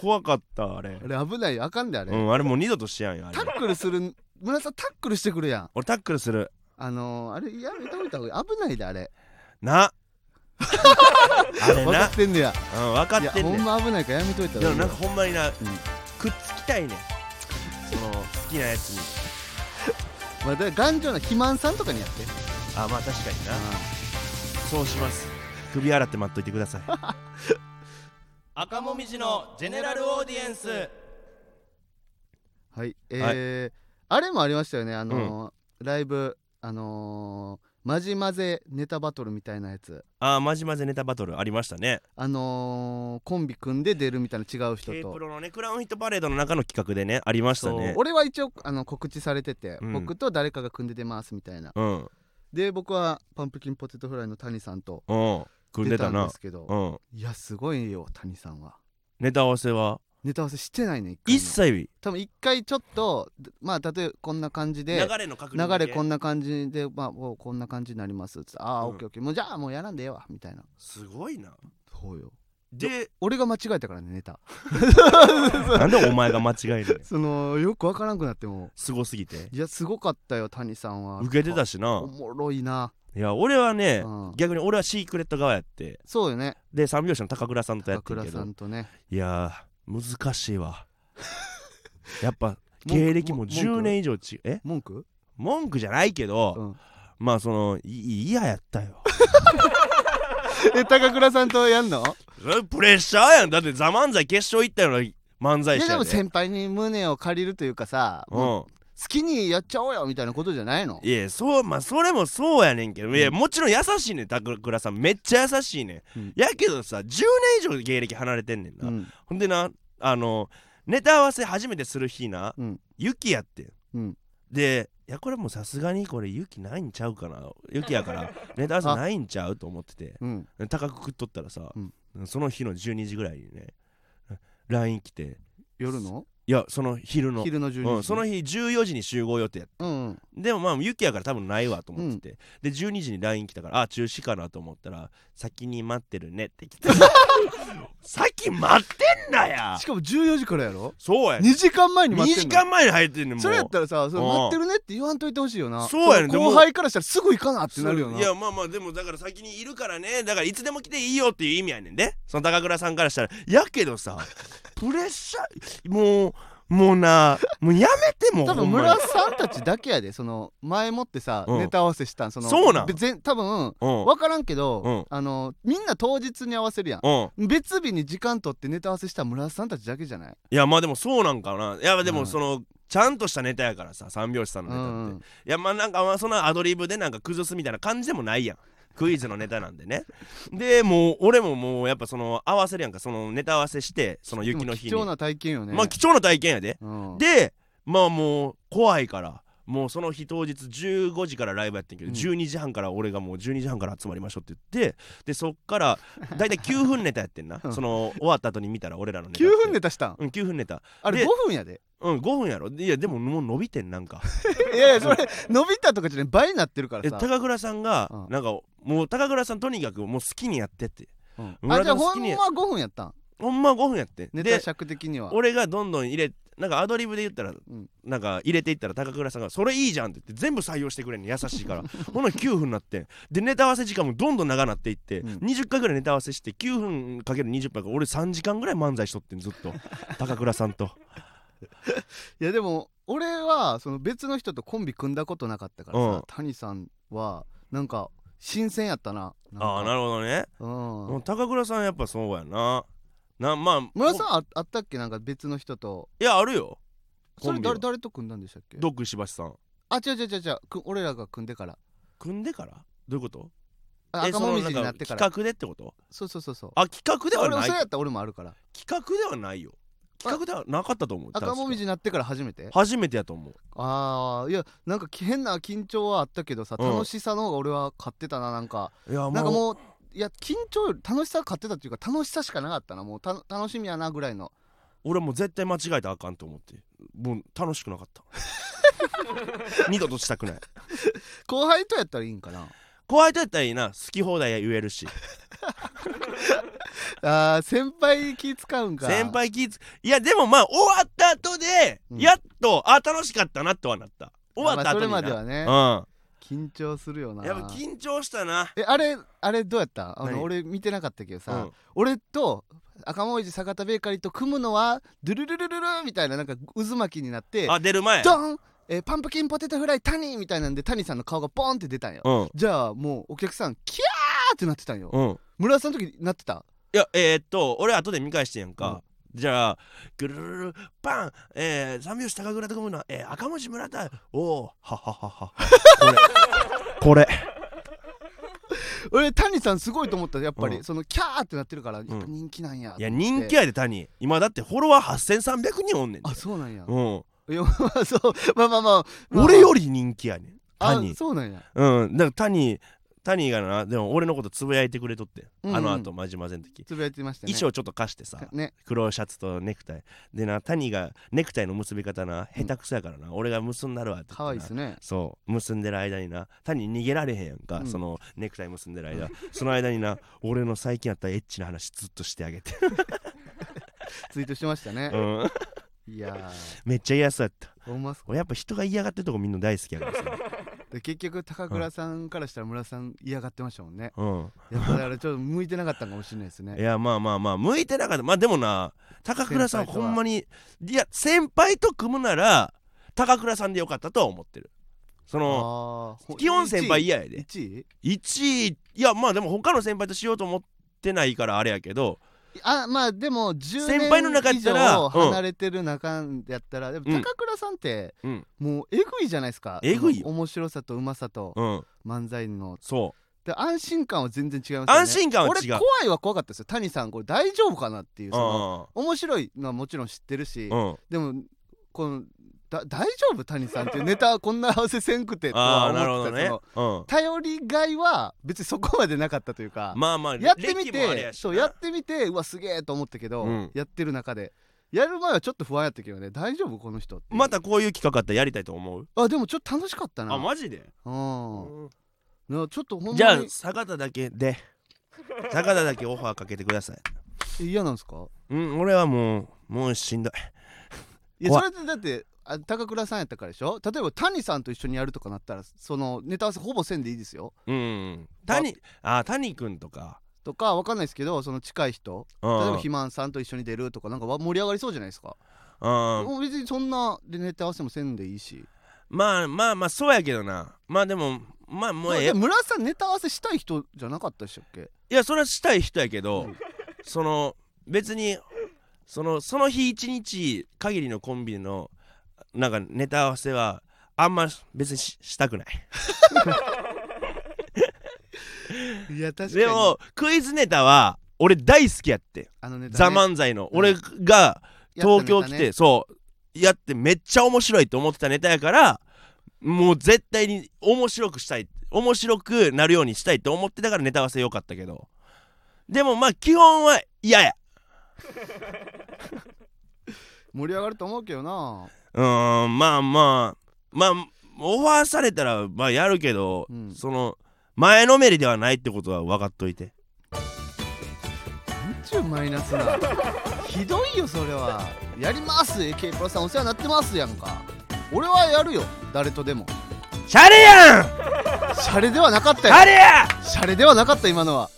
Speaker 2: 怖かったあれ
Speaker 1: あれ危ないよあかんであれ、
Speaker 2: うんあれもう二度としやんよあれ
Speaker 1: タックルする村さんタックルしてくるやん
Speaker 2: 俺タックルする
Speaker 1: あのー、あれやめといた方がいい危ないであれ
Speaker 2: な
Speaker 1: 分
Speaker 2: あれ
Speaker 1: か
Speaker 2: な
Speaker 1: っ、てんねや
Speaker 2: うん、分か
Speaker 1: いや
Speaker 2: ってん
Speaker 1: ほ
Speaker 2: ね
Speaker 1: ん
Speaker 2: ん
Speaker 1: ま危ないからやめといた
Speaker 2: で
Speaker 1: 方
Speaker 2: も
Speaker 1: が
Speaker 2: ないん
Speaker 1: い
Speaker 2: かほんまにな、くっつきたいねんその好きなやつに
Speaker 1: まあ、だから頑丈な肥満さんとかにやって
Speaker 2: あまあ確かにな
Speaker 1: あ
Speaker 2: そうします首洗って待っといてください
Speaker 3: 赤もみじのジェネラルオーディエンス
Speaker 1: ーはいえーあれもありましたよねあのーライブあのー、マジマゼネタバトルみたいなやつ
Speaker 2: あーまじまじネタバトルありましたね
Speaker 1: あのー、コンビ組んで出るみたいな違う人
Speaker 2: K
Speaker 1: と
Speaker 2: プロのねクラウンヒットパレードの中の企画でねありました
Speaker 1: そう
Speaker 2: ね
Speaker 1: 俺は一応あの告知されてて、
Speaker 2: うん
Speaker 1: 僕と誰かが組んで出ますみたいな
Speaker 2: うん
Speaker 1: で僕はパンプキンポテトフライの谷さんと
Speaker 2: うん組ん
Speaker 1: 出
Speaker 2: で
Speaker 1: た
Speaker 2: た
Speaker 1: んで
Speaker 2: な
Speaker 1: すけど
Speaker 2: うん
Speaker 1: いやすごいよ谷さんは
Speaker 2: ネタ合わせは
Speaker 1: ネタ合わせしてないね一回も
Speaker 2: 一切
Speaker 1: 多分一回ちょっとまあ例えばこんな感じで
Speaker 2: 流れの確認
Speaker 1: 流
Speaker 2: だけ
Speaker 1: れこんな感じでまあもうこんな感じになりますつってああ、
Speaker 2: うん
Speaker 1: オッケーオッケーもうじゃあもうやらんでええわみたいな
Speaker 2: すごいな
Speaker 1: そうよ
Speaker 2: で
Speaker 1: 俺が間違えたからねネタ
Speaker 2: なんでお前が間違えるのよ
Speaker 1: そのよくわからんくなっても
Speaker 2: すごすぎて
Speaker 1: いやすごかったよ谷さんは
Speaker 2: 受けてた
Speaker 1: し
Speaker 2: しな
Speaker 1: おもろいない
Speaker 2: や俺はね
Speaker 1: うん
Speaker 2: 逆に俺はシークレット側やって
Speaker 1: そうよね
Speaker 2: で三拍子の高倉さんとや
Speaker 1: 高
Speaker 2: ってる
Speaker 1: 倉
Speaker 2: け
Speaker 1: さ
Speaker 2: ど
Speaker 1: んとね
Speaker 2: いやー難しい わやっぱ
Speaker 1: 文句
Speaker 2: 芸歴も
Speaker 1: 文句
Speaker 2: 10年以上違うえ
Speaker 1: 文句
Speaker 2: 文句じゃないけど、
Speaker 1: うん
Speaker 2: まあそのい嫌やったよ
Speaker 1: え高倉さんとやん の
Speaker 2: それプレッシャーやんだって「ザ漫才決勝行ったような漫
Speaker 1: い
Speaker 2: 才
Speaker 1: や
Speaker 2: 師
Speaker 1: で
Speaker 2: や
Speaker 1: も
Speaker 2: で
Speaker 1: 先輩に胸を借りるというかさ
Speaker 2: う
Speaker 1: もうん好きにやっちゃおうよみたいなことじゃないの
Speaker 2: いやそうまあそれもそうやねんけど、いやもちろん優しいねん高倉さんめっちゃ優しいねん、
Speaker 1: うん
Speaker 2: やけどさ10年以上芸歴離れてんねんな、
Speaker 1: うん
Speaker 2: ほんでなあのネタ合わせ初めてする日な、
Speaker 1: うん
Speaker 2: 雪やってん、
Speaker 1: うん
Speaker 2: でいやこれもうさすがにこれ雪ないんちゃうかな雪やから ネタ合わせないんちゃうと思ってて
Speaker 1: うん
Speaker 2: 高く食っとったらさ、
Speaker 1: うん
Speaker 2: その日の12時ぐらいにね LINE 来て
Speaker 1: 夜の
Speaker 2: いやその昼の
Speaker 1: 昼の12時、
Speaker 2: うん、その日14時に集合予定やって
Speaker 1: うんうん
Speaker 2: でもまあ雪やから多分ないわと思ってて、で12時に LINE 来たからあ中止かなと思ったら「先に待ってるね」っ て来て「先待ってんなや!
Speaker 1: しかも14時からやろ」
Speaker 2: そうやね
Speaker 1: 2時間前に
Speaker 2: 2
Speaker 1: 待って
Speaker 2: 時
Speaker 1: んの
Speaker 2: 間前に入ってんねんもう
Speaker 1: それやったらさ「それ
Speaker 2: うん
Speaker 1: 待ってるね」って言わんといてほしいよな
Speaker 2: そうやねん
Speaker 1: の後輩からしたらすぐ行かなってなるよない
Speaker 2: やまあまあでもだから先にいるからねだからいつでも来ていいよっていう意味やねんでその高倉さんからしたらやけ どさプレッシャーもうもうなもうやめてもう
Speaker 1: 多
Speaker 2: ほ
Speaker 1: 分
Speaker 2: んまに
Speaker 1: 村さんたちだけやでその前もってさ、
Speaker 2: うん
Speaker 1: ネタ合わせしたんその
Speaker 2: そうなん
Speaker 1: べ全多分
Speaker 2: うん
Speaker 1: 分からんけど、
Speaker 2: うん
Speaker 1: あのみんな当日に合わせるやん、
Speaker 2: うん
Speaker 1: 別日に時間取ってネタ合わせした村さんたちだけじゃない、
Speaker 2: いやまあでもそうなんかないやで
Speaker 1: う
Speaker 2: も
Speaker 1: ん
Speaker 2: その、ちゃんとしたネタやからさ三拍子さんの
Speaker 1: う
Speaker 2: ネタって、
Speaker 1: ん
Speaker 2: いやまあなんかまあそんなアドリブでなんか崩すみたいな感じでもないやんクイズのネタなんでねでもう俺ももうやっぱその合わせるやんかそのネタ合わせしてその雪の日
Speaker 1: でも貴重
Speaker 2: に
Speaker 1: な体験よね、
Speaker 2: まあ貴重な体験やで、
Speaker 1: うん、
Speaker 2: でまあもう怖いからもうその日当日15時からライブやってんけど、
Speaker 1: うん
Speaker 2: 12時半から俺がもう12時半から集まりましょうって言ってでそっから大体9分ネタやってんな
Speaker 1: うん
Speaker 2: その終わった後に見たら俺らのネタって
Speaker 1: 9分ネタしたん
Speaker 2: うん9分ネタ
Speaker 1: あれ
Speaker 2: で
Speaker 1: 5分やで
Speaker 2: うん5分やろいやでももう伸びてんなんか
Speaker 1: いやいやそれ伸びたとかじゃない倍になってるから
Speaker 2: え
Speaker 1: さ、
Speaker 2: 高倉さんが
Speaker 1: うん
Speaker 2: なんかもう高倉さんとにかくもう好きにやってって
Speaker 1: うん
Speaker 2: 村
Speaker 1: あ
Speaker 2: 田
Speaker 1: じゃあ
Speaker 2: の
Speaker 1: ほん
Speaker 2: 好き
Speaker 1: ま
Speaker 2: に
Speaker 1: は5分やったん
Speaker 2: ほんま5分やって
Speaker 1: ネタ
Speaker 2: で
Speaker 1: 尺的には
Speaker 2: 俺がどんどん入れなんかアドリブで言ったら、
Speaker 1: ん
Speaker 2: なんか入れていったら高倉さんが「それいいじゃん」って言って全部採用してくれんの優しいから ほんなら9分になってでネタ合わせ時間もどんどん長なっていって、
Speaker 1: うん
Speaker 2: 20回ぐらいネタ合わせして9分かける20分から俺3時間ぐらい漫才しとってんずっ と高倉さんと
Speaker 1: いやでも俺はその別の人とコンビ組んだことなかったからさ、
Speaker 2: うん
Speaker 1: 谷さんはなんか新鮮やったななんか
Speaker 2: ああーなるほどね、
Speaker 1: う
Speaker 2: うんん、高倉さんやっぱそうやななまあ
Speaker 1: 村さ
Speaker 2: お
Speaker 1: んああったっけなんか別の人と
Speaker 2: いやあるよ
Speaker 1: そ
Speaker 2: コ
Speaker 1: れ
Speaker 2: ンビは
Speaker 1: 誰誰と組んだんでしたっけ
Speaker 2: ドッグ石橋さん
Speaker 1: あ違う違う違う違うく俺らが組んでから
Speaker 2: 組んでからどういうこと
Speaker 1: あ
Speaker 2: え
Speaker 1: 赤
Speaker 2: その
Speaker 1: もみじに
Speaker 2: んか
Speaker 1: なってから
Speaker 2: 企画でってこと
Speaker 1: そうそうそうそう
Speaker 2: あ企画では
Speaker 1: 俺も
Speaker 2: な
Speaker 1: そ
Speaker 2: い
Speaker 1: れやったら俺もあるから
Speaker 2: 企画ではないよ企画ではなかったと思う
Speaker 1: 赤もみ
Speaker 2: じ
Speaker 1: じになってから初めて
Speaker 2: 初めてやと思う
Speaker 1: ああいやなんか変な緊張はあったけどさ
Speaker 2: うん
Speaker 1: 楽しさの方が俺は勝ってたななんか
Speaker 2: いや
Speaker 1: なんか
Speaker 2: う
Speaker 1: もういや緊張より楽しさが勝ってたっていうか楽しさしかなかったなもうた楽しみやなぐらいの
Speaker 2: 俺もう絶対間違えたらあかんと思ってもう楽しくなかった 二度としたくない
Speaker 1: 後輩とやったらいいんかな
Speaker 2: 怖いとやったらいいな好き放題言えるし
Speaker 1: あー先輩気使うんか
Speaker 2: 先輩気ぃついやでもまあ終わった後で、
Speaker 1: うん
Speaker 2: やっとあ楽しかったなとはなった終わった後に
Speaker 1: ま
Speaker 2: な
Speaker 1: あまあそれまではね緊張するよ
Speaker 2: う
Speaker 1: なん
Speaker 2: やっぱ緊張したな
Speaker 1: えあれあれどうやったあの
Speaker 2: 何
Speaker 1: 俺見てなかったけどさ、
Speaker 2: うん
Speaker 1: 俺と赤もみじ坂田ベーカリーと組むのはドゥルルルルルみたいななんか渦巻きになって
Speaker 2: あ出る前
Speaker 1: ドン、えーパンプキンポテトフライ谷みたいなんで谷さんの顔がボンって出たんよ、
Speaker 2: うん
Speaker 1: じゃあもうお客さんキャーってなってたんよ、
Speaker 2: うん
Speaker 1: 村田さんの時なってた
Speaker 2: いやえー、っと俺後で見返してやんか、じゃあぐるるるパンえー、三拍子高倉と組むのは、えー、赤文字村田おおははははこれこれ
Speaker 1: 俺谷さんすごいと思ったやっぱり、
Speaker 2: うん
Speaker 1: そのキャーってなってるからやっぱ人気なんや、
Speaker 2: いや人気やで谷今だってフォロワー8300人おんねんで
Speaker 1: あそうなんや、
Speaker 2: うん、
Speaker 1: いやま あそうまあまあまあ、まあ
Speaker 2: 俺より人気やねん
Speaker 1: あ
Speaker 2: 谷
Speaker 1: そうなんや
Speaker 2: うんだから谷谷がなでも俺のことつぶやいてくれとって、
Speaker 1: うん
Speaker 2: あのあと真島の時
Speaker 1: つぶやいてましたね
Speaker 2: 衣装ちょっと貸してさ
Speaker 1: ね
Speaker 2: 黒シャツとネクタイでな谷がネクタイの結び方な下手くそやからな、俺が結んだるわって言ってな
Speaker 1: 可愛いですね
Speaker 2: そう結んでる間にな谷に逃げられへんやんか、
Speaker 1: うん
Speaker 2: そのネクタイ結んでる間その間にな俺の最近あったエッチな話ずっとしてあ げて、
Speaker 1: ツイートしてましたね
Speaker 2: う、ん、
Speaker 1: いや
Speaker 2: めっちゃ嫌そうやった
Speaker 1: ーほんまっす
Speaker 2: 俺やっぱ人が嫌がってるとこみんな大好きやから さ、
Speaker 1: で結局高倉さんからしたら村さん嫌がってましたもんね
Speaker 2: うん、
Speaker 1: やっぱだからちょっと向いてなかったんかもしれないです
Speaker 2: い
Speaker 1: ね
Speaker 2: やまあまあまあ向いてなかったまあでもな高倉さん
Speaker 1: 先輩と
Speaker 2: ほ
Speaker 1: は
Speaker 2: んまにいや先輩と組むなら高倉さんでよかったとは思ってるその
Speaker 1: あーほ
Speaker 2: 基本先輩嫌やで
Speaker 1: 1位
Speaker 2: 1位いやまあでも他の先輩としようと思ってないからあれやけど
Speaker 1: あまあでも10
Speaker 2: 先輩の中
Speaker 1: 年
Speaker 2: や
Speaker 1: 以
Speaker 2: ったら
Speaker 1: 上離れてる中やったら、で
Speaker 2: う
Speaker 1: も
Speaker 2: ん
Speaker 1: 高倉さんって、
Speaker 2: うん
Speaker 1: もうえぐいじゃないですか
Speaker 2: えぐいよ
Speaker 1: その面白さとうまさと
Speaker 2: うん
Speaker 1: 漫才の
Speaker 2: そ
Speaker 1: で安心感は全然違いますよね
Speaker 2: 安心感は違う
Speaker 1: 俺怖いは怖かったですよ谷さんこれ大丈夫かなっていう
Speaker 2: う
Speaker 1: その面白いのはもちろん知ってるし、
Speaker 2: うんうん
Speaker 1: でもこのだ大丈夫谷さんっていうネタはこんな合わせせんくてと
Speaker 2: あ
Speaker 1: は
Speaker 2: あなるほ
Speaker 1: 思っ
Speaker 2: ど
Speaker 1: てた
Speaker 2: ね
Speaker 1: その
Speaker 2: うん
Speaker 1: 頼りがいは別にそこまでなかったというか、
Speaker 2: まあまあ
Speaker 1: やってみ
Speaker 2: 歴もあれ
Speaker 1: て
Speaker 2: やしな
Speaker 1: そうやってみてうわすげえと思ったけど、
Speaker 2: うん
Speaker 1: やってる中でやる前はちょっと不安やったけどね大丈夫この人っていう
Speaker 2: またこういう企画あったらやりたいと思う
Speaker 1: あでもちょっと楽しかったな
Speaker 2: あマジで
Speaker 1: うんなちょっとほんまに
Speaker 2: じゃあ坂田だけで坂田だけオファーかけてください
Speaker 1: え嫌なんですか
Speaker 2: うん俺はもうもうしんど
Speaker 1: い
Speaker 2: い
Speaker 1: やそ
Speaker 2: 怖
Speaker 1: れってだってあ高倉さんやったからでしょ例えば谷さんと一緒にやるとかなったらそのネタ合わせほぼせんでいいですよ
Speaker 2: うん谷あ谷くんとか
Speaker 1: とかわかんないですけどその近い人
Speaker 2: う
Speaker 1: 例えば
Speaker 2: ん
Speaker 1: 肥満さんと一緒に出るとかなんかわ盛り上がりそうじゃないですか、
Speaker 2: うん
Speaker 1: もう別にそんなでネタ合わせもせんでいいし
Speaker 2: まあまあまあそうやけどなまあでもまあもうええ
Speaker 1: で村さんネタ合わせしたい人じゃなかったでしたっけ
Speaker 2: いやそれはしたい人やけど、
Speaker 1: うん
Speaker 2: その別にそのその日一日限りのコンビのなんかネタ合わせはあんま別にししたくない
Speaker 1: いや確かに
Speaker 2: でもクイズネタは俺大好きやって
Speaker 1: あのネ
Speaker 2: 「
Speaker 1: タ
Speaker 2: ザ・
Speaker 1: ね、
Speaker 2: 漫才の俺が東京
Speaker 1: やった
Speaker 2: 来て、
Speaker 1: ネタね
Speaker 2: そうやってめっちゃ面白いと思ってたネタやからもう絶対に面白くしたい面白くなるようにしたいと思ってたからネタ合わせ良かったけどでもまあ基本は嫌や
Speaker 1: 盛り上がると思うけどな
Speaker 2: うーんまあまあまあオファーされたらまあやるけど、
Speaker 1: うん
Speaker 2: その前のめりではないってことは分かっといて
Speaker 1: なんちゅうマイナスなひどいよそれはやります AK プラスさんお世話になってますやんか俺はやるよ誰とでも
Speaker 2: シャレやん
Speaker 1: シャレではなかった
Speaker 2: シ
Speaker 1: よ
Speaker 2: ャレや
Speaker 1: シャレではなかった今のは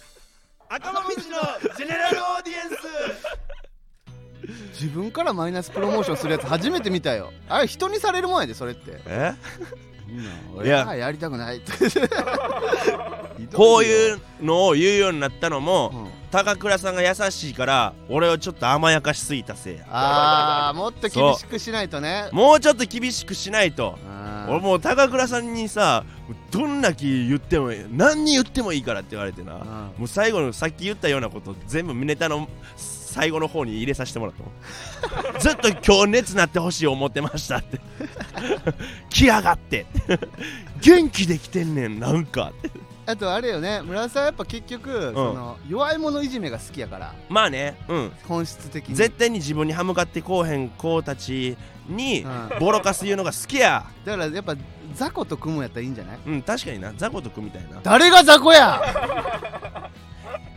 Speaker 3: 赤もみじのジェネラルオーディエンス
Speaker 1: 自分からマイナスプロモーションするやつ初めて見たよあれ人にされるもんやでそれって
Speaker 2: え
Speaker 1: いややりたくない
Speaker 2: こう
Speaker 1: う、
Speaker 2: いうのを言うようになったのも、
Speaker 1: うん
Speaker 2: 高倉さんが優しいから俺をちょっと甘やかしすぎたせいや
Speaker 1: あーもっと厳しくしないとね
Speaker 2: もうちょっと厳しくしないと
Speaker 1: あー
Speaker 2: 俺もう高倉さんにさどんな気言っても何に言ってもいいからって言われてな
Speaker 1: うん
Speaker 2: もう最後のさっき言ったようなこと全部ネタの最後の方に入れさせてもらったもん ずっと今日熱なってほしい思ってましたって 来やがって 元気できてんねんなんかって
Speaker 1: あとあれよね村井さんやっぱ結局、その弱い者いじめが好きやから
Speaker 2: まあねうん
Speaker 1: 本質的に
Speaker 2: 絶対に自分に歯向かってこうへん子たちに
Speaker 1: う
Speaker 2: ボロカス言うのが好きや
Speaker 1: だからやっぱ雑魚と組むんやったらいいんじゃない
Speaker 2: うん確かになザコと組みたいなだか
Speaker 1: 誰が雑魚や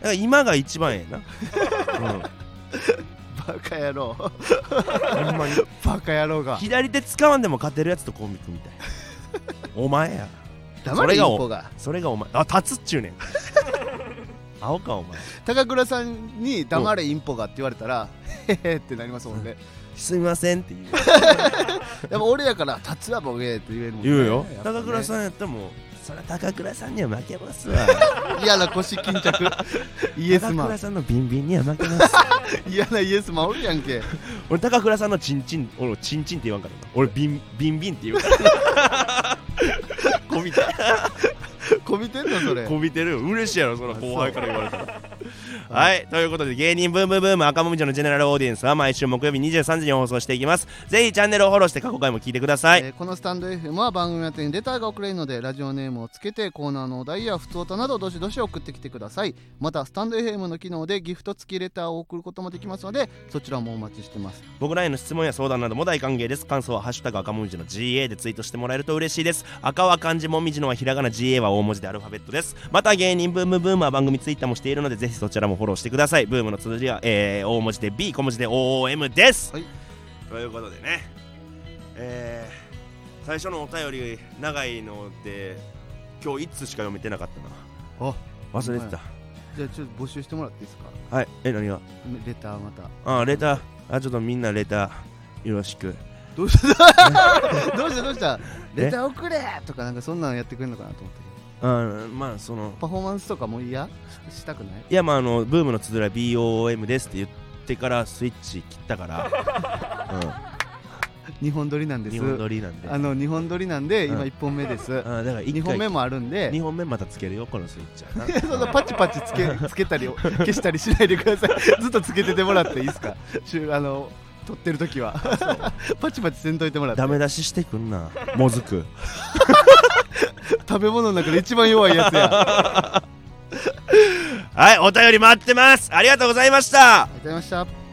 Speaker 2: ら今が一番ええな
Speaker 1: バカ野郎
Speaker 2: うん ほんまに
Speaker 1: バカ野郎が
Speaker 2: 左手使わんでも勝てるやつとコンビ組みたいお前や
Speaker 1: 黙れ
Speaker 2: それが
Speaker 1: インコが
Speaker 2: それがお前あ立つっちゅうねん 青かお前
Speaker 1: 高倉さんに黙れインポがって言われたらへへってなりますもんね
Speaker 2: すみませんって言う
Speaker 1: やっぱ俺やから立つわボケって言えるもんね
Speaker 2: 言うよ、
Speaker 1: やっぱね
Speaker 2: 高倉さんやったらもうそりゃ高倉さんには負けますわ
Speaker 1: 嫌な腰巾 着イエス
Speaker 2: 高
Speaker 1: マ
Speaker 2: 倉
Speaker 1: ン
Speaker 2: さんのビンビンには負けます
Speaker 1: 嫌なイエスマンおるやんけ
Speaker 2: 俺高倉さんのチンチン俺チンチンって言わんからな俺ビンビンビンって言うから なこびて
Speaker 1: こびてんのそれ
Speaker 2: こびてるよ嬉しいやろその後輩から言われたらはいということで芸人ブームブーム赤もみじのジェネラルオーディエンスは毎週木曜日23時に放送していきますぜひチャンネルをフォローして過去回も聞いてください、
Speaker 1: えーこのスタンド FM は番組宛てにレターが送れるのでラジオネームをつけてコーナーのお題や普通歌などどしどし送ってきてくださいまたスタンド FM の機能でギフト付きレターを送ることもできますのでそちらもお待ちしてます
Speaker 2: 僕らへの質問や相談なども大歓迎です感想は「ハッシュタグ赤もみじの GA」でツイートしてもらえると嬉しいです赤は漢字もみじのはひらがな GA は大文字でアルファベットですまた芸人ブームブームは番組ツイッターもしているのでぜひそちらもフォローしてくださいブームの綴りは、えー大文字で B 小文字で OOM です、
Speaker 1: はい
Speaker 2: ということでねえー最初のお便り長いので今日1通しか読めてなかったな
Speaker 1: あ
Speaker 2: 忘れてた
Speaker 1: じゃあちょっと募集してもらっていいですか
Speaker 2: はいえ何が
Speaker 1: レターまた
Speaker 2: あレターあちょっとみんなレターよろしく
Speaker 1: どうした どうしたどうしたレター送れとかなんかそんなのやってくれるのかなと思ったけど
Speaker 2: あまあその
Speaker 1: パフォーマンスとかも嫌ししたくない
Speaker 2: いやまああのブームのつづら BOM ですって言ってからスイッチ切ったから、
Speaker 1: 日本撮りなん
Speaker 2: うん、
Speaker 1: で
Speaker 2: 日
Speaker 1: す
Speaker 2: 本撮りなんで
Speaker 1: あの日本撮りなんで
Speaker 2: う
Speaker 1: 今
Speaker 2: ん
Speaker 1: 1本目です
Speaker 2: あだから
Speaker 1: 2
Speaker 2: 1
Speaker 1: 本
Speaker 2: 回
Speaker 1: 目もあるんで
Speaker 2: 2本目またつけるよこのスイッチはな
Speaker 1: そうそうパチパチつけつけたり消したりしないでください ずっとつけててもらっていいですかしゅあの撮ってる時は パチパチせんといてもらって
Speaker 2: ダメ出ししてくんなもずく
Speaker 1: 食べ物の中で一番弱いやつやあ
Speaker 2: はいお便り待ってますありがとうございました
Speaker 1: りがとうございました